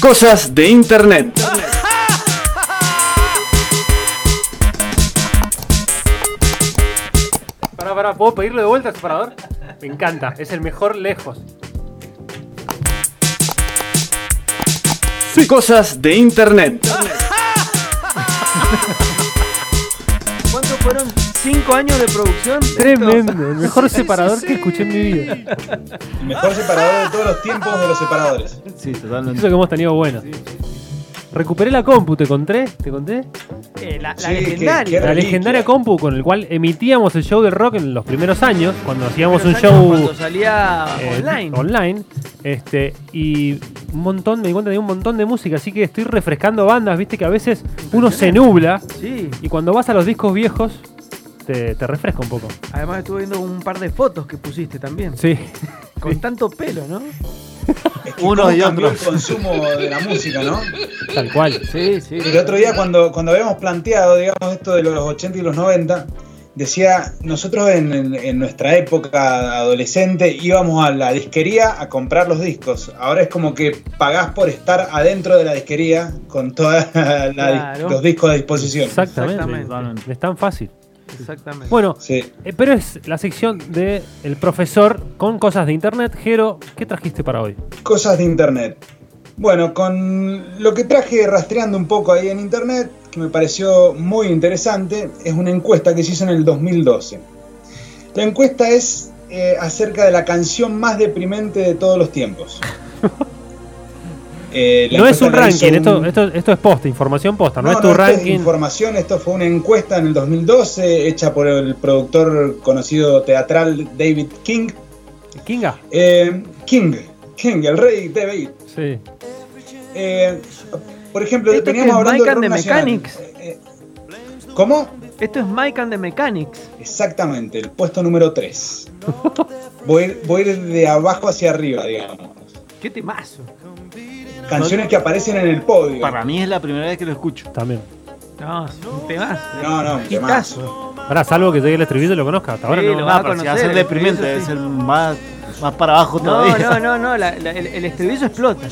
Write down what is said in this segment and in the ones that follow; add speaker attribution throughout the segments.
Speaker 1: cosas de Internet.
Speaker 2: Pará, pará, ¿puedo pedirlo de vuelta al separador? Me encanta, es el mejor lejos.
Speaker 1: Cosas de Internet.
Speaker 3: ¿Cuánto fueron? ¿Cinco años de producción?
Speaker 2: Tremendo, el mejor separador que escuché en mi vida.
Speaker 4: El mejor separador de todos los tiempos de los separadores.
Speaker 5: Sí,
Speaker 2: Eso que
Speaker 5: totalmente.
Speaker 2: hemos tenido bueno. Recuperé la compu, ¿te conté? ¿Te conté?
Speaker 3: Eh, la, la
Speaker 4: Sí, que-
Speaker 3: legendaria.
Speaker 4: que-
Speaker 2: La
Speaker 4: Reliquia.
Speaker 2: legendaria compu con el cual emitíamos el show de rock en los primeros años, cuando hacíamos un
Speaker 3: Los años
Speaker 2: show
Speaker 3: Cuando salía
Speaker 2: eh,
Speaker 3: online.
Speaker 2: online, este, y un montón, me di cuenta de un montón de música, así que estoy refrescando bandas, viste que a veces uno se nubla
Speaker 3: Sí.
Speaker 2: y cuando vas a los discos viejos te, te refresca un poco.
Speaker 3: Además estuve viendo un par de fotos que pusiste también.
Speaker 2: Sí.
Speaker 3: Con tanto pelo, ¿no?
Speaker 4: Es que
Speaker 5: Uno
Speaker 4: cómo
Speaker 5: y
Speaker 4: cambió
Speaker 5: otro.
Speaker 4: El consumo de la música, ¿no?
Speaker 2: Tal cual.
Speaker 3: Sí, sí.
Speaker 4: El otro día cuando, cuando habíamos planteado, digamos, esto de los 80 y los 90, decía, nosotros en, en- en nuestra época adolescente íbamos a la disquería a comprar los discos. Ahora es como que pagás por estar adentro de la disquería con todos
Speaker 3: Claro.
Speaker 4: los discos a disposición.
Speaker 2: Exactamente.
Speaker 3: Exactamente.
Speaker 2: Es tan fácil.
Speaker 3: Exactamente.
Speaker 2: Bueno,
Speaker 4: Sí.
Speaker 2: eh, pero es la sección de el profesor con cosas de internet. Jero, ¿qué trajiste para hoy?
Speaker 4: Cosas de internet. Bueno, con lo que traje rastreando un poco ahí en internet, que me pareció muy interesante, es una encuesta que se hizo en el 2012. La encuesta es eh, acerca de la canción más deprimente de todos los tiempos. Eh, la
Speaker 2: No es
Speaker 4: encuesta
Speaker 2: un
Speaker 4: la hizo
Speaker 2: ranking, esto,
Speaker 4: un-
Speaker 2: esto, esto es posta, información posta, no,
Speaker 4: no,
Speaker 2: es tu
Speaker 4: no, esto es
Speaker 2: ranking.
Speaker 4: información, esto fue una encuesta en el 2012 hecha por el productor conocido teatral David King.
Speaker 2: Kinga.
Speaker 4: Eh, King, King, el rey David.
Speaker 2: Sí.
Speaker 4: Eh, por ejemplo,
Speaker 3: Esto
Speaker 4: veníamos
Speaker 3: que es
Speaker 4: hablando
Speaker 3: Mike and
Speaker 4: de
Speaker 3: the
Speaker 4: rock nacional.
Speaker 3: Mechanics.
Speaker 4: Eh, eh, ¿Cómo?
Speaker 3: Esto es Mike and the Mechanics.
Speaker 4: Exactamente, el puesto número 3. Voy, a ir- voy a ir de abajo hacia arriba, digamos.
Speaker 3: Qué temazo.
Speaker 4: Canciones que aparecen en el podio.
Speaker 5: Para mí es la primera vez que lo escucho.
Speaker 2: También.
Speaker 3: No, es un temazo.
Speaker 4: No, no, un
Speaker 3: Hitazo.
Speaker 2: Ahora, salvo que llegue el estribillo y lo conozca. Hasta ahora
Speaker 3: Sí,
Speaker 2: no.
Speaker 3: lo
Speaker 5: No,
Speaker 3: va a
Speaker 5: pero si va a
Speaker 3: conocer,
Speaker 5: ser deprimente,
Speaker 3: eso
Speaker 5: es
Speaker 3: sí.
Speaker 5: el más, más para abajo
Speaker 3: No,
Speaker 5: todavía.
Speaker 3: no, no, no, la- la- el, el estribillo explota.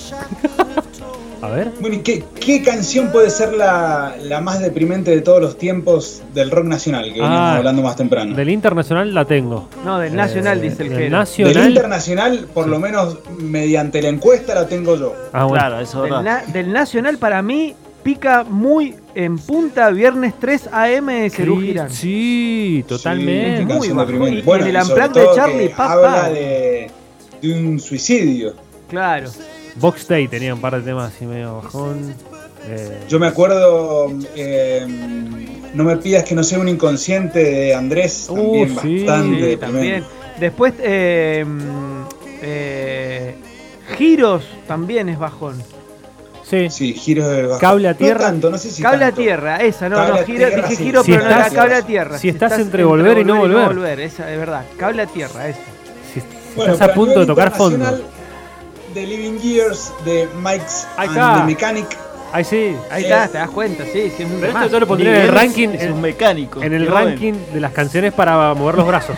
Speaker 2: A ver.
Speaker 4: Bueno, ¿y qué, qué canción puede ser la, la más deprimente de todos los tiempos del rock nacional que veníamos
Speaker 2: Ah,
Speaker 4: hablando más temprano?
Speaker 2: Del internacional la tengo.
Speaker 3: No, del Nacional,
Speaker 2: Eh,
Speaker 3: dice
Speaker 2: del
Speaker 3: el Jero.
Speaker 4: Del
Speaker 2: Nacional.
Speaker 4: internacional, por lo menos mediante la encuesta, la tengo yo.
Speaker 2: Ah, bueno.
Speaker 5: Claro, eso es
Speaker 3: Del,
Speaker 5: verdad.
Speaker 3: na- del Nacional para mí pica muy en punta viernes 3 AM de Cerú Girán.
Speaker 2: Sí, sí,
Speaker 4: Sí,
Speaker 2: totalmente.
Speaker 4: qué canción
Speaker 3: Muy
Speaker 4: deprimente.
Speaker 3: bajón.
Speaker 4: Bueno,
Speaker 3: El
Speaker 4: y sobre
Speaker 3: Unplugged de
Speaker 4: todo
Speaker 3: Charlie,
Speaker 4: que
Speaker 3: pa, pa.
Speaker 4: Habla de, de un suicidio.
Speaker 3: Claro.
Speaker 2: Box Day tenía un par de temas así medio bajón. Eh,
Speaker 4: Yo me acuerdo, eh, no me pidas que no sea un inconsciente de Andrés,
Speaker 2: Uh,
Speaker 4: también
Speaker 2: sí,
Speaker 4: bastante
Speaker 3: Sí,
Speaker 4: deprimente.
Speaker 3: también. Después, eh, mm, eh, Giros también es bajón.
Speaker 2: sí.
Speaker 4: Sí, giros de bajo.
Speaker 2: Cable a
Speaker 4: No
Speaker 2: tierra.
Speaker 4: tanto, no sé si
Speaker 3: Cable a
Speaker 4: tanto.
Speaker 3: tierra, esa, no,
Speaker 4: Cable
Speaker 3: no,
Speaker 4: a
Speaker 3: giro,
Speaker 4: tierra,
Speaker 3: dije
Speaker 4: sí.
Speaker 3: giro,
Speaker 2: Si
Speaker 3: pero no
Speaker 2: estás-
Speaker 3: era cable a tierra.
Speaker 2: si estás entre volver y no volver.
Speaker 3: esa es verdad, cable a tierra, esa.
Speaker 2: Si
Speaker 4: Bueno,
Speaker 2: estás a
Speaker 4: pero
Speaker 2: punto de
Speaker 4: nivel
Speaker 2: tocar fondo.
Speaker 4: internacional, The Living Gears de Mike's
Speaker 2: Ahí
Speaker 4: and
Speaker 2: está.
Speaker 4: the Mechanic.
Speaker 2: Ahí sí.
Speaker 3: Ahí
Speaker 4: Sí.
Speaker 3: está, te das cuenta, sí, sí, es un
Speaker 2: Pero esto
Speaker 3: temazo.
Speaker 2: yo lo pondría en el
Speaker 5: Miguel
Speaker 2: ranking.
Speaker 5: Es un
Speaker 2: En,
Speaker 5: mecánico.
Speaker 2: en el
Speaker 5: joven.
Speaker 2: ranking de las canciones para mover los brazos.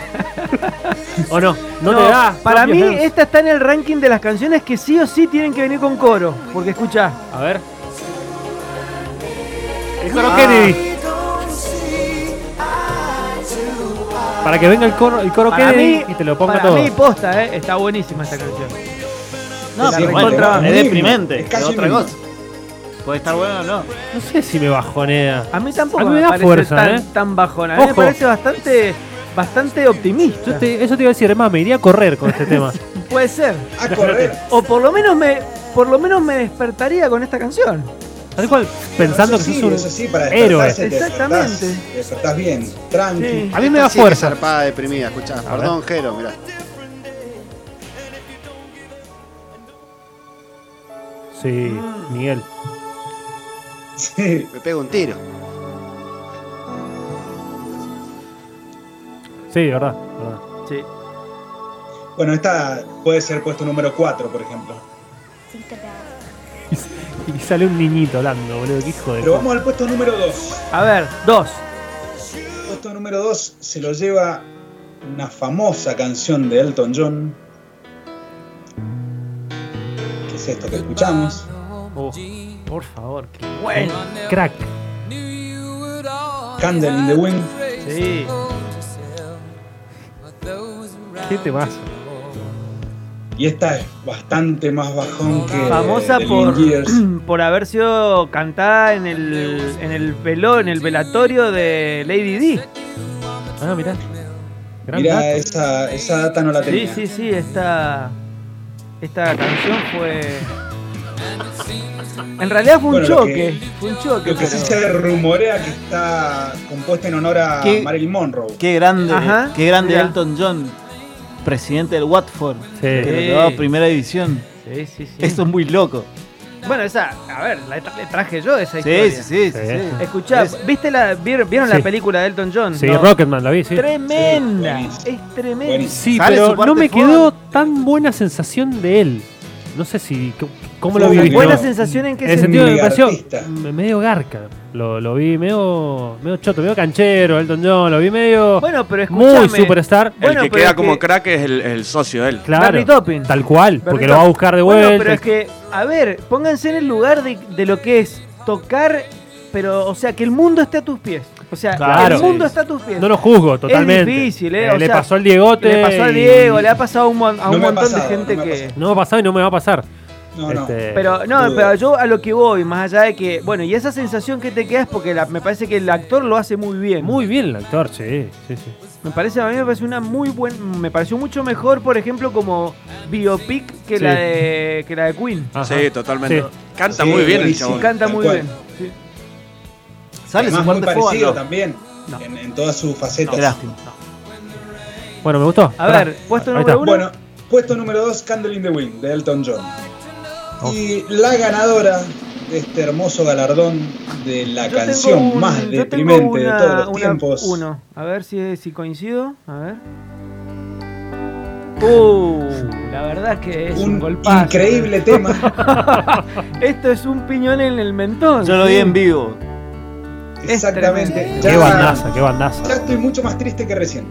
Speaker 2: ¿O no? No,
Speaker 3: No,
Speaker 2: te da.
Speaker 3: para
Speaker 2: Propios
Speaker 3: mí
Speaker 2: Dance.
Speaker 3: esta está en el ranking de las canciones que sí o sí tienen que venir con coro, porque escucha,
Speaker 2: A ver. El coro Kennedy. Para que venga el coro, el coro
Speaker 3: para
Speaker 2: Kennedy
Speaker 3: mí,
Speaker 2: y te lo ponga
Speaker 3: para
Speaker 2: todo.
Speaker 3: mí posta, eh, está buenísima esta canción.
Speaker 5: No,
Speaker 3: Sí,
Speaker 5: pero
Speaker 3: sí,
Speaker 5: bueno,
Speaker 3: recontra-
Speaker 5: es
Speaker 4: mínimo,
Speaker 5: deprimente.
Speaker 4: es
Speaker 5: Es
Speaker 4: casi
Speaker 5: otra
Speaker 4: mínimo.
Speaker 5: cosa. Puede estar bueno o no.
Speaker 2: No sé si me bajonea.
Speaker 3: A mí tampoco
Speaker 2: A mí me
Speaker 3: me,
Speaker 2: da
Speaker 3: parece
Speaker 2: fuerza,
Speaker 3: tan,
Speaker 2: eh.
Speaker 3: tan bajona, a mí me
Speaker 2: Ojo.
Speaker 3: parece bastante, bastante
Speaker 2: Yo
Speaker 3: optimista.
Speaker 2: te- eso te iba a decir, es más, me iría a correr con este tema.
Speaker 3: Puede ser.
Speaker 4: A correr.
Speaker 3: O por lo menos me, por lo menos me despertaría con esta canción.
Speaker 2: Tal cual, pensando que
Speaker 4: eso sí,
Speaker 2: sos un
Speaker 4: eso sí, para
Speaker 2: héroe.
Speaker 4: despertarse, te despertás,
Speaker 3: Exactamente.
Speaker 4: te despertás bien, tranqui.
Speaker 3: Sí.
Speaker 2: A mí me
Speaker 6: Esta sí
Speaker 2: da
Speaker 6: que es
Speaker 2: fuerza.
Speaker 6: zarpada deprimida, escuchá.
Speaker 2: ver.
Speaker 6: Perdón, Jero, mirá.
Speaker 2: Sí, Miguel.
Speaker 4: Sí.
Speaker 6: Me pego un tiro.
Speaker 2: Sí, de verdad. de verdad.
Speaker 3: Sí.
Speaker 4: Bueno, esta puede ser puesto número 4, por ejemplo.
Speaker 2: Y sale un niñito hablando, boludo, qué hijo de.
Speaker 4: Pero
Speaker 2: puta.
Speaker 4: vamos al puesto número 2.
Speaker 3: A ver, dos.
Speaker 4: El puesto número 2 se lo lleva una famosa canción de Elton John. ¿Qué es esto que escuchamos?
Speaker 2: Oh,
Speaker 3: Por favor, qué bueno.
Speaker 2: crack.
Speaker 4: Candle in the Wind.
Speaker 3: Sí.
Speaker 2: ¿Qué te vas?
Speaker 4: Y esta es bastante más bajón que.
Speaker 3: Famosa
Speaker 4: The
Speaker 3: por,
Speaker 4: Mean Years.
Speaker 3: por haber sido cantada en el, en el velo- en el velatorio de Lady D.
Speaker 2: Ah, mirá. Gran dato.
Speaker 4: Mirá, esa, esa data no la
Speaker 3: Sí,
Speaker 4: tenía.
Speaker 3: sí, sí, esta, esta canción fue... En realidad fue un
Speaker 4: Bueno, lo
Speaker 3: choque,
Speaker 4: que-
Speaker 3: fue un choque.
Speaker 4: Lo que sí
Speaker 3: pero-
Speaker 4: se rumorea que está compuesta en honor a
Speaker 5: ¿Qué?
Speaker 4: Marilyn Monroe.
Speaker 5: Qué grande,
Speaker 3: Ajá,
Speaker 5: qué grande
Speaker 3: mirá.
Speaker 5: Elton John, presidente del Watford.
Speaker 2: Sí.
Speaker 3: Eh,
Speaker 5: Que lo llevaba a primera división.
Speaker 3: Sí, sí, sí.
Speaker 5: Esto es muy loco.
Speaker 3: Bueno, esa, a ver, la tra- le traje yo esa
Speaker 5: Sí,
Speaker 3: historia.
Speaker 5: sí, sí, sí, sí.
Speaker 3: Escuchá, ¿viste la, vier- ¿vieron
Speaker 2: Sí.
Speaker 3: la película de Elton John?
Speaker 2: Sí,
Speaker 3: No.
Speaker 2: Rocketman, la vi, sí.
Speaker 3: Tremenda,
Speaker 4: Sí, buenísimo.
Speaker 3: es tremenda.
Speaker 4: Buenísimo.
Speaker 2: Sí,
Speaker 5: Sale
Speaker 2: pero
Speaker 5: su parte
Speaker 2: no me
Speaker 5: fuerte.
Speaker 2: quedó tan buena sensación de él. No sé si. c- ¿Cómo lo
Speaker 4: Uy,
Speaker 2: vi?
Speaker 4: buena
Speaker 3: sensación en qué
Speaker 2: el sentido de
Speaker 4: sentido?
Speaker 2: educación.
Speaker 4: Artista.
Speaker 2: Medio garca. Lo, lo vi medio, medio choto, medio canchero, Elton John. Lo vi medio.
Speaker 3: Bueno, pero
Speaker 2: muy
Speaker 3: escúchame.
Speaker 2: superstar.
Speaker 6: El
Speaker 3: Bueno,
Speaker 6: que
Speaker 3: pero
Speaker 6: queda
Speaker 3: es
Speaker 6: como
Speaker 3: que-
Speaker 6: crack es el, el socio de él.
Speaker 2: Claro.
Speaker 3: Barry Toppin.
Speaker 2: Tal cual, porque
Speaker 3: Bernie
Speaker 2: lo va a
Speaker 3: Toppin.
Speaker 2: buscar de
Speaker 3: Bueno,
Speaker 2: vuelta.
Speaker 3: pero es que, a ver, pónganse en el lugar de, de lo que es tocar, pero, o sea, que el mundo esté a tus pies. O sea,
Speaker 2: Claro.
Speaker 3: el mundo está a tus pies.
Speaker 2: No lo juzgo totalmente.
Speaker 3: difícil, eh, o
Speaker 2: le
Speaker 3: sea,
Speaker 2: pasó al Diegote.
Speaker 3: Le pasó a
Speaker 2: y-
Speaker 3: Diego, le ha pasado a un, mon- a
Speaker 4: No
Speaker 3: un
Speaker 4: me ha
Speaker 3: montón
Speaker 4: pasado,
Speaker 3: de gente
Speaker 4: no me ha
Speaker 3: que.
Speaker 4: pasado.
Speaker 2: No me ha pasado y no me va a pasar.
Speaker 4: No, Eh, no.
Speaker 2: Este,
Speaker 3: Pero no,
Speaker 4: Dudo.
Speaker 3: pero yo a lo que voy, más allá de que, bueno, y esa sensación que te queda es porque la- me parece que el actor lo hace muy bien.
Speaker 2: eh, Muy bien el actor, sí. sí, sí.
Speaker 3: me parece a mí me parece una muy buen, me pareció mucho mejor, por ejemplo, como biopic que
Speaker 2: Sí.
Speaker 3: la de que la de Queen.
Speaker 2: Ajá.
Speaker 6: Sí, totalmente.
Speaker 2: Sí.
Speaker 6: Canta
Speaker 4: Sí,
Speaker 6: muy bien el
Speaker 4: buenísimo.
Speaker 6: chabón.
Speaker 3: Canta
Speaker 4: tal
Speaker 3: muy
Speaker 4: cual.
Speaker 3: bien. sí.
Speaker 5: Sale su
Speaker 4: Además, muy
Speaker 5: parte
Speaker 4: parecido
Speaker 5: fuerte.
Speaker 4: también.
Speaker 3: No.
Speaker 4: En, en todas sus
Speaker 5: Qué
Speaker 4: facetas.
Speaker 5: lástima.
Speaker 2: Bueno, me gustó.
Speaker 3: A ver, puesto
Speaker 2: Ahí
Speaker 3: número
Speaker 2: está.
Speaker 3: uno.
Speaker 4: bueno, puesto número 2, Candle in the Wind, de Elton John.
Speaker 3: Oh.
Speaker 4: Y la ganadora de este hermoso galardón de la
Speaker 3: Yo tengo
Speaker 4: canción
Speaker 3: un-
Speaker 4: más
Speaker 3: yo tengo
Speaker 4: deprimente
Speaker 3: una-
Speaker 4: de todos los
Speaker 3: una-
Speaker 4: tiempos.
Speaker 3: Uno. A ver si, si coincido. A ver. Uh, la verdad que es un,
Speaker 4: un
Speaker 3: golpazo.
Speaker 4: increíble tema.
Speaker 3: Esto es un piñón en el mentón.
Speaker 5: Yo lo vi
Speaker 3: sí.
Speaker 5: en vivo.
Speaker 4: Exactamente.
Speaker 3: tremendo.
Speaker 2: Qué
Speaker 4: Ya,
Speaker 2: bandaza, qué bandaza.
Speaker 4: ya estoy mucho más triste que recién.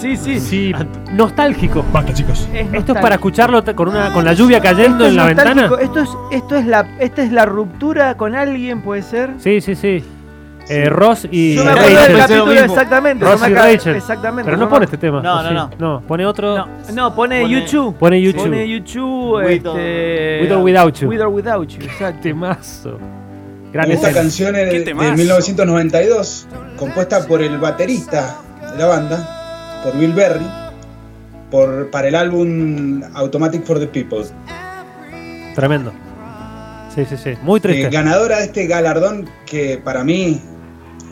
Speaker 3: Sí, sí.
Speaker 2: Sí, nostálgico.
Speaker 3: Es
Speaker 2: Esto es para
Speaker 3: nostálgico.
Speaker 2: escucharlo t- con una con la lluvia cayendo
Speaker 3: Esto es
Speaker 2: en la ventana.
Speaker 3: nostálgico. Esto es, esto es la, esta es la ruptura con alguien, puede ser.
Speaker 2: Sí, sí, sí. Eh, Ross y
Speaker 3: Yo me
Speaker 5: Sí,
Speaker 3: acuerdo del
Speaker 5: Rachel. Pensé lo
Speaker 3: capítulo
Speaker 5: mismo.
Speaker 3: exactamente.
Speaker 2: Ross
Speaker 3: yo me
Speaker 2: y
Speaker 3: acabo-
Speaker 2: Rachel.
Speaker 3: Exactamente.
Speaker 2: Pero
Speaker 3: yo
Speaker 2: no
Speaker 3: me
Speaker 2: pone este tema.
Speaker 5: No,
Speaker 2: ¿o
Speaker 5: no,
Speaker 2: sí?
Speaker 5: no.
Speaker 2: pone otro.
Speaker 3: No, no, pone,
Speaker 5: Pone-
Speaker 3: YouTube.
Speaker 2: Pone YouTube.
Speaker 3: Pone YouTube.
Speaker 5: With or-
Speaker 3: este,
Speaker 2: With or without you.
Speaker 3: With or without you, exacto.
Speaker 2: Temazo. Gran
Speaker 4: Esta
Speaker 2: escena.
Speaker 4: canción es
Speaker 6: Qué
Speaker 4: de,
Speaker 6: temazo.
Speaker 4: 1992, compuesta por el baterista de la banda, por Bill Berry, por, para el álbum Automatic for the People.
Speaker 2: Tremendo. Sí, sí, sí. Muy
Speaker 4: Eh,
Speaker 2: triste.
Speaker 4: ganadora de este galardón que para mí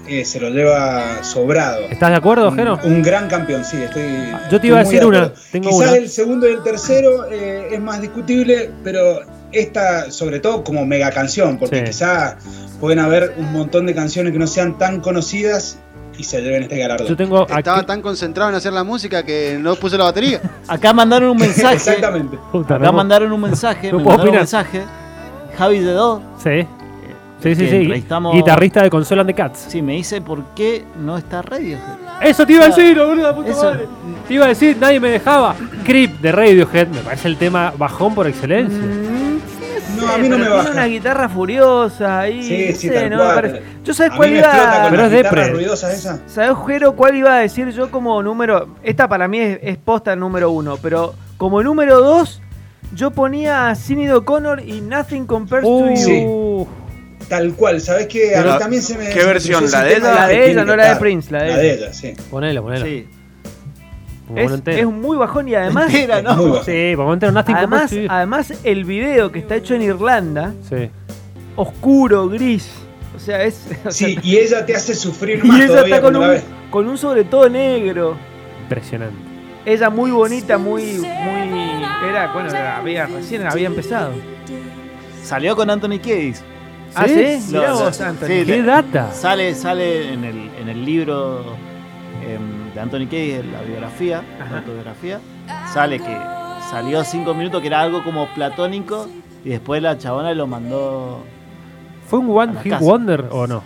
Speaker 4: eh, se lo lleva sobrado.
Speaker 2: ¿Estás de acuerdo, Jero?
Speaker 4: Un, un gran campeón, sí, estoy.
Speaker 2: Yo te iba a
Speaker 4: estoy
Speaker 2: decir
Speaker 4: muy
Speaker 2: una,
Speaker 4: de acuerdo.
Speaker 2: tengo
Speaker 4: Quizás
Speaker 2: una.
Speaker 4: el segundo y el tercero eh, es más discutible, pero esta, sobre todo, como mega canción, porque
Speaker 2: Sí.
Speaker 4: quizás pueden haber un montón de canciones que no sean tan conocidas y se lleven este galardón.
Speaker 2: Yo tengo aquí.
Speaker 7: Estaba tan concentrado en hacer la música que no puse la batería.
Speaker 5: Acá mandaron un mensaje.
Speaker 4: Exactamente.
Speaker 2: Puta,
Speaker 5: Acá
Speaker 2: no-
Speaker 5: mandaron un mensaje.
Speaker 2: No
Speaker 5: me
Speaker 2: puedo
Speaker 5: mandaron un
Speaker 2: opinar.
Speaker 5: mensaje. Javi de dos.
Speaker 2: Sí. Sí, sí,
Speaker 5: Eh, que
Speaker 2: sí.
Speaker 5: entrevistamos-
Speaker 2: Guitarrista de Console and the Cats.
Speaker 5: Sí, me dice por qué no está Radiohead.
Speaker 2: Eso te iba a decir, boludo, puta
Speaker 5: Eso.
Speaker 2: madre. Te iba a decir, nadie me dejaba. Creep de Radiohead, me parece el tema bajón por excelencia.
Speaker 3: Mm,
Speaker 4: No, a mí no
Speaker 3: pero
Speaker 4: me
Speaker 3: tiene
Speaker 4: baja.
Speaker 3: una guitarra furiosa ahí.
Speaker 4: Sí, sí,
Speaker 3: no sé,
Speaker 4: tal
Speaker 3: no me
Speaker 4: cual.
Speaker 3: parece. Yo sabes
Speaker 4: A mí
Speaker 3: cuál
Speaker 4: me
Speaker 3: iba.
Speaker 4: explota con
Speaker 2: Pero
Speaker 4: las
Speaker 2: es
Speaker 4: guitarras
Speaker 2: depre.
Speaker 4: ruidosas esas.
Speaker 3: ¿Sabes, Jero, cuál iba a decir yo como número? Esta para mí es, es posta número uno, pero como número dos, yo ponía a Sinead O'Connor y Nothing Compares to
Speaker 2: Uh,
Speaker 3: You.
Speaker 4: sí. Tal cual, ¿sabés qué? A
Speaker 6: Pero,
Speaker 4: mí también se me.
Speaker 6: ¿qué
Speaker 4: se me
Speaker 6: versión?
Speaker 4: cruzó
Speaker 6: ¿La
Speaker 4: ese
Speaker 6: de
Speaker 4: tema
Speaker 6: ella?
Speaker 3: La de
Speaker 4: Pink
Speaker 3: ella, no la
Speaker 4: Guitar.
Speaker 3: de Prince, la de
Speaker 4: La de ella, sí.
Speaker 2: Ponelo, ponelo.
Speaker 5: Mm. Sí.
Speaker 2: Ponelo
Speaker 3: Es,
Speaker 2: entero.
Speaker 3: es muy bajón y además,
Speaker 5: Mentira, ¿no?
Speaker 4: Muy bajo.
Speaker 2: Sí, vamos a entrar en Nothing
Speaker 3: además,
Speaker 2: Compares to You.
Speaker 3: además el video que está hecho en Irlanda,
Speaker 2: Sí.
Speaker 3: oscuro, gris. O sea, es. o sea,
Speaker 4: Sí, y ella te hace sufrir
Speaker 3: y
Speaker 4: más
Speaker 3: ella
Speaker 4: todavía
Speaker 3: está con
Speaker 4: cuando la
Speaker 3: un,
Speaker 4: ves.
Speaker 3: con un sobre todo negro.
Speaker 2: Impresionante.
Speaker 3: Ella muy bonita, muy, muy. Era, bueno, había, recién había empezado.
Speaker 5: Salió con Anthony Kiedis.
Speaker 3: ¿Ah, sí?
Speaker 5: Lo-
Speaker 3: Mirá
Speaker 5: lo-
Speaker 3: vos, Anthony.
Speaker 5: sí,
Speaker 2: ¡Qué
Speaker 5: le-
Speaker 2: data!
Speaker 5: Sale, sale en el, en el libro em, de Anthony Kiedis, la biografía, la autobiografía. Sale que salió cinco minutos, que era algo como platónico, y después la chabona lo mandó.
Speaker 2: ¿Fue un
Speaker 5: A
Speaker 2: One
Speaker 5: la
Speaker 2: Hit
Speaker 5: casa.
Speaker 2: Wonder o no?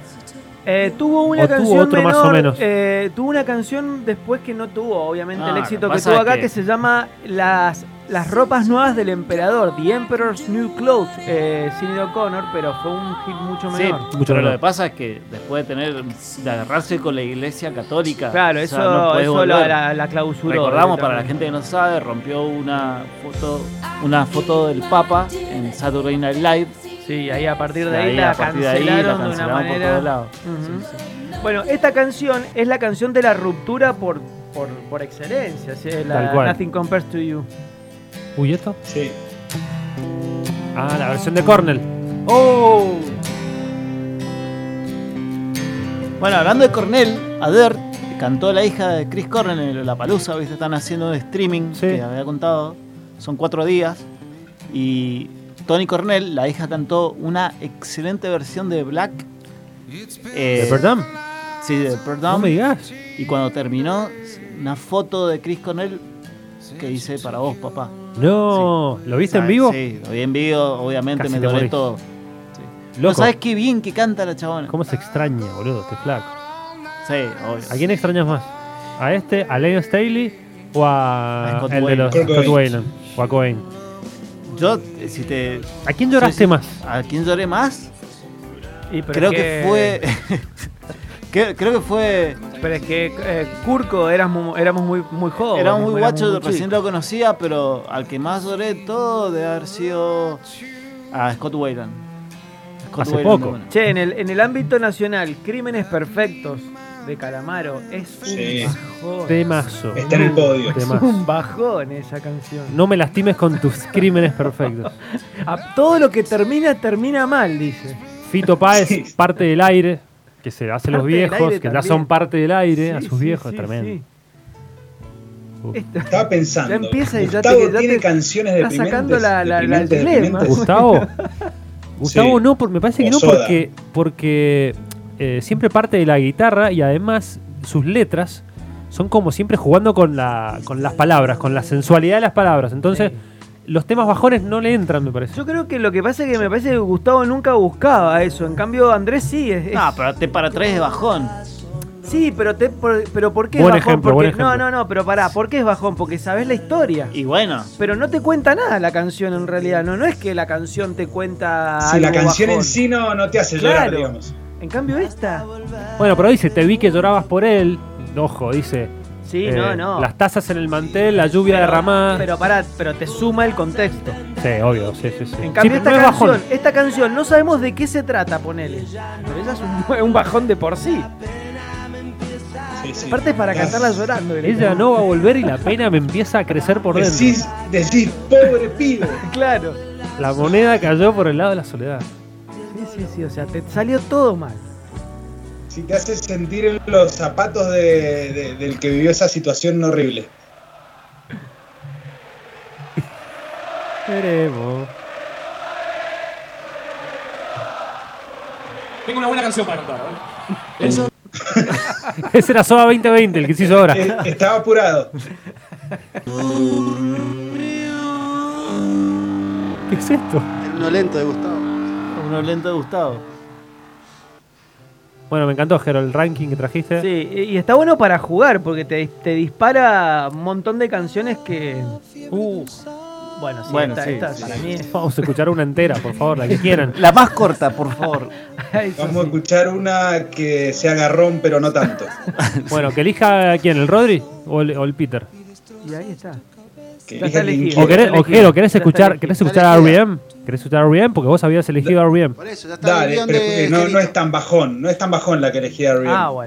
Speaker 3: Eh, tuvo una
Speaker 2: O tuvo
Speaker 3: canción
Speaker 2: otro más o
Speaker 3: menor,
Speaker 2: menos.
Speaker 3: eh, tuvo una canción después que no tuvo, obviamente,
Speaker 5: Ah,
Speaker 3: el
Speaker 5: lo
Speaker 3: éxito que
Speaker 5: que pasa
Speaker 3: tuvo
Speaker 5: es
Speaker 3: acá,
Speaker 5: que-
Speaker 3: que se llama Las, las ropas nuevas del emperador, The Emperor's New Clothes, eh, Sinead O'Connor, pero fue un hit mucho
Speaker 5: Sí,
Speaker 3: menor.
Speaker 2: Mucho
Speaker 5: pero lo
Speaker 2: menor.
Speaker 5: que pasa es que después de tener de agarrarse con la iglesia católica.
Speaker 3: Claro,
Speaker 5: o sea,
Speaker 3: eso,
Speaker 5: no puede
Speaker 3: eso
Speaker 5: volver.
Speaker 3: la, la, la clausuró.
Speaker 5: Recordamos para la gente que no sabe, rompió una foto, una foto del Papa en Saturday Night Live.
Speaker 3: Sí, ahí a partir de
Speaker 5: De
Speaker 3: ahí,
Speaker 5: ahí,
Speaker 3: la
Speaker 5: a partir de ahí, la
Speaker 3: cancelaron de una
Speaker 5: cancelaron por
Speaker 3: manera.
Speaker 5: todos lados.
Speaker 3: Ujú. Bueno, esta canción es la canción de la ruptura por, por, por excelencia, sí, la
Speaker 2: Tal cual.
Speaker 3: Nothing Compares to You.
Speaker 2: Uy, ¿esto?
Speaker 4: Sí.
Speaker 2: Ah, la versión de Cornell.
Speaker 5: Eh,
Speaker 3: ¡Oh!
Speaker 5: Bueno, hablando de Cornell, Adair cantó la hija de Chris Cornell en La Palusa, ¿viste? Están haciendo un streaming,
Speaker 2: Sí.
Speaker 5: que había contado. Son cuatro días. Y Tony Cornell, la hija, cantó una excelente versión de Black. Eh,
Speaker 2: ¿De Perdón?
Speaker 5: Sí, de Pearl
Speaker 2: No
Speaker 5: Jam.
Speaker 2: me digas.
Speaker 5: Y cuando terminó, una foto de Chris Cornell que dice para vos, papá.
Speaker 2: No. ¿Lo viste en
Speaker 5: Ah,
Speaker 2: vivo?
Speaker 5: Sí, lo vi en vivo, obviamente
Speaker 2: Casi
Speaker 5: me
Speaker 2: te
Speaker 5: dolé
Speaker 2: morís.
Speaker 5: todo. ¿No
Speaker 2: Loco.
Speaker 5: sabes qué bien que canta la chabona?
Speaker 2: ¿Cómo se extraña, boludo? Este flaco.
Speaker 5: Sí, obvio.
Speaker 2: ¿A quién extrañas más? ¿A este? ¿A Leo Staley? ¿O
Speaker 5: A
Speaker 2: a
Speaker 5: Scott
Speaker 2: el de
Speaker 5: Wayland.
Speaker 2: los
Speaker 4: Kurt
Speaker 2: Scott
Speaker 4: Cobain.
Speaker 2: Wayland? ¿O a Cohen?
Speaker 5: Yo, eh, si te.
Speaker 2: ¿A quién lloraste
Speaker 5: sí.
Speaker 2: más?
Speaker 5: ¿A quién lloré más?
Speaker 3: Y pero
Speaker 5: Creo
Speaker 3: es
Speaker 5: que fue. que- creo que fue.
Speaker 3: Pero es que eh, Curco éramos, éramos muy, muy jóvenes.
Speaker 5: Era muy guacho,
Speaker 3: muy
Speaker 5: recién
Speaker 3: chicos.
Speaker 5: lo conocía, pero al que más lloré todo de haber sido. A Scott Wayland. Scott
Speaker 2: Hace
Speaker 5: Wayland,
Speaker 2: poco.
Speaker 5: de una.
Speaker 3: Che, en el, en el ámbito nacional, Crímenes Perfectos de Calamaro es un
Speaker 4: Sí.
Speaker 3: bajón.
Speaker 2: Temazo.
Speaker 4: Está en el podio.
Speaker 3: Es
Speaker 2: Temazo.
Speaker 3: un bajón esa canción.
Speaker 2: No me lastimes con tus crímenes perfectos.
Speaker 3: A todo lo que termina, termina mal, dice.
Speaker 2: Fito Páez,
Speaker 4: Sí.
Speaker 2: parte del aire, que se hace los
Speaker 3: Parte del
Speaker 2: viejos, que
Speaker 3: aire
Speaker 2: ya
Speaker 3: también.
Speaker 2: son parte del aire,
Speaker 3: Sí,
Speaker 2: a sus
Speaker 3: sí,
Speaker 2: viejos,
Speaker 3: sí,
Speaker 2: tremendo.
Speaker 3: sí.
Speaker 2: Uf.
Speaker 3: Esta-
Speaker 4: Estaba pensando.
Speaker 3: Ya empieza y ya te-
Speaker 4: Gustavo
Speaker 3: ya te-
Speaker 4: tiene canciones
Speaker 3: está
Speaker 4: de
Speaker 3: sacando la- la- la- el dilema.
Speaker 2: Gustavo, Gustavo
Speaker 4: Sí.
Speaker 2: no, por- me parece que
Speaker 4: O
Speaker 2: no,
Speaker 4: Soda.
Speaker 2: porque, porque eh, siempre parte de la guitarra y además sus letras son como siempre jugando con, la, con las palabras, con la sensualidad de las palabras. Entonces, los temas bajones no le entran, me parece.
Speaker 3: Yo creo que lo que pasa es que me parece que Gustavo nunca buscaba eso. En cambio, Andrés sí. Es, es-
Speaker 2: Ah.
Speaker 5: No, pero te para tres de bajón.
Speaker 3: Sí, pero, te, por- pero ¿por qué
Speaker 2: Buen
Speaker 3: es bajón?
Speaker 2: ejemplo,
Speaker 3: Porque-
Speaker 2: buen ejemplo.
Speaker 3: No, no, no, pero pará, ¿por qué es bajón? Porque sabes la historia.
Speaker 5: Y bueno,
Speaker 3: Pero no te cuenta nada la canción en realidad. No, no es que la canción te cuenta.
Speaker 4: Si la
Speaker 3: algo
Speaker 4: canción en
Speaker 3: bajón.
Speaker 4: sí no, no te hace llorar,
Speaker 3: Claro.
Speaker 4: digamos.
Speaker 3: En cambio, esta.
Speaker 2: Bueno, pero dice, te vi que llorabas por él. Ojo, dice.
Speaker 3: Sí,
Speaker 2: eh,
Speaker 3: no, no.
Speaker 2: Las tazas en el mantel, la lluvia
Speaker 3: Pero-
Speaker 2: derramada.
Speaker 3: Pero pará, pero te suma el contexto.
Speaker 2: Sí, obvio, sí, sí, sí.
Speaker 3: En cambio,
Speaker 2: Sí,
Speaker 3: esta,
Speaker 2: no es bajón.
Speaker 3: canción, esta canción no sabemos de qué se trata, ponele. Pero ella es un, un bajón de por sí.
Speaker 4: Sí, sí.
Speaker 3: Aparte es para
Speaker 4: Estás-
Speaker 3: cantarla llorando.
Speaker 2: Ella no va a volver y la pena me empieza a crecer por dentro.
Speaker 4: Decís, decís, pobre pibe.
Speaker 3: Claro.
Speaker 2: La moneda cayó por el lado de la soledad.
Speaker 3: Sí, sí, sí. O sea, te salió todo mal.
Speaker 4: Si te hace sentir en los zapatos de- de- del que vivió esa situación horrible.
Speaker 2: Queremos.
Speaker 8: Tengo una buena canción para cantar. ¿eh?
Speaker 2: Ese era Soda 2020, el que se hizo ahora.
Speaker 4: Eh, Estaba apurado.
Speaker 2: ¿Qué es esto?
Speaker 7: Uno lento de Gustavo.
Speaker 5: uno lento de Gustavo.
Speaker 2: Bueno, me encantó, Jero, el ranking que trajiste.
Speaker 3: Sí, y y está bueno para jugar porque te, te dispara un montón de canciones que.
Speaker 2: Uh,
Speaker 3: Bueno, sí,
Speaker 5: Bueno,
Speaker 3: esta,
Speaker 5: sí,
Speaker 3: esta
Speaker 5: sí,
Speaker 3: para
Speaker 5: sí.
Speaker 3: mí es.
Speaker 2: vamos a escuchar una entera, por favor, la que quieran.
Speaker 5: La más corta, por favor.
Speaker 3: Eso
Speaker 4: Vamos a
Speaker 3: sí.
Speaker 4: escuchar una que se agarrón, pero no tanto.
Speaker 2: Bueno, que elija quién, el Rodri o el, o el Peter.
Speaker 3: Y ahí está.
Speaker 4: Que
Speaker 3: Ya
Speaker 4: elija
Speaker 3: está
Speaker 4: quien
Speaker 3: elegido.
Speaker 2: O
Speaker 4: quiera.
Speaker 2: querés, o Jero, ¿querés
Speaker 3: Ya está
Speaker 2: escuchar,
Speaker 3: elegido.
Speaker 2: ¿querés escuchar R.E.M.? ¿Querés escuchar R.E.M.? Porque vos habías elegido R.E.M.
Speaker 7: Por eso, ya está el
Speaker 4: Dale,
Speaker 7: guión
Speaker 4: pero eh,
Speaker 7: de
Speaker 4: no, no
Speaker 7: Jerito.
Speaker 4: es tan bajón, no es tan bajón la que elegí a
Speaker 3: Ah, bueno.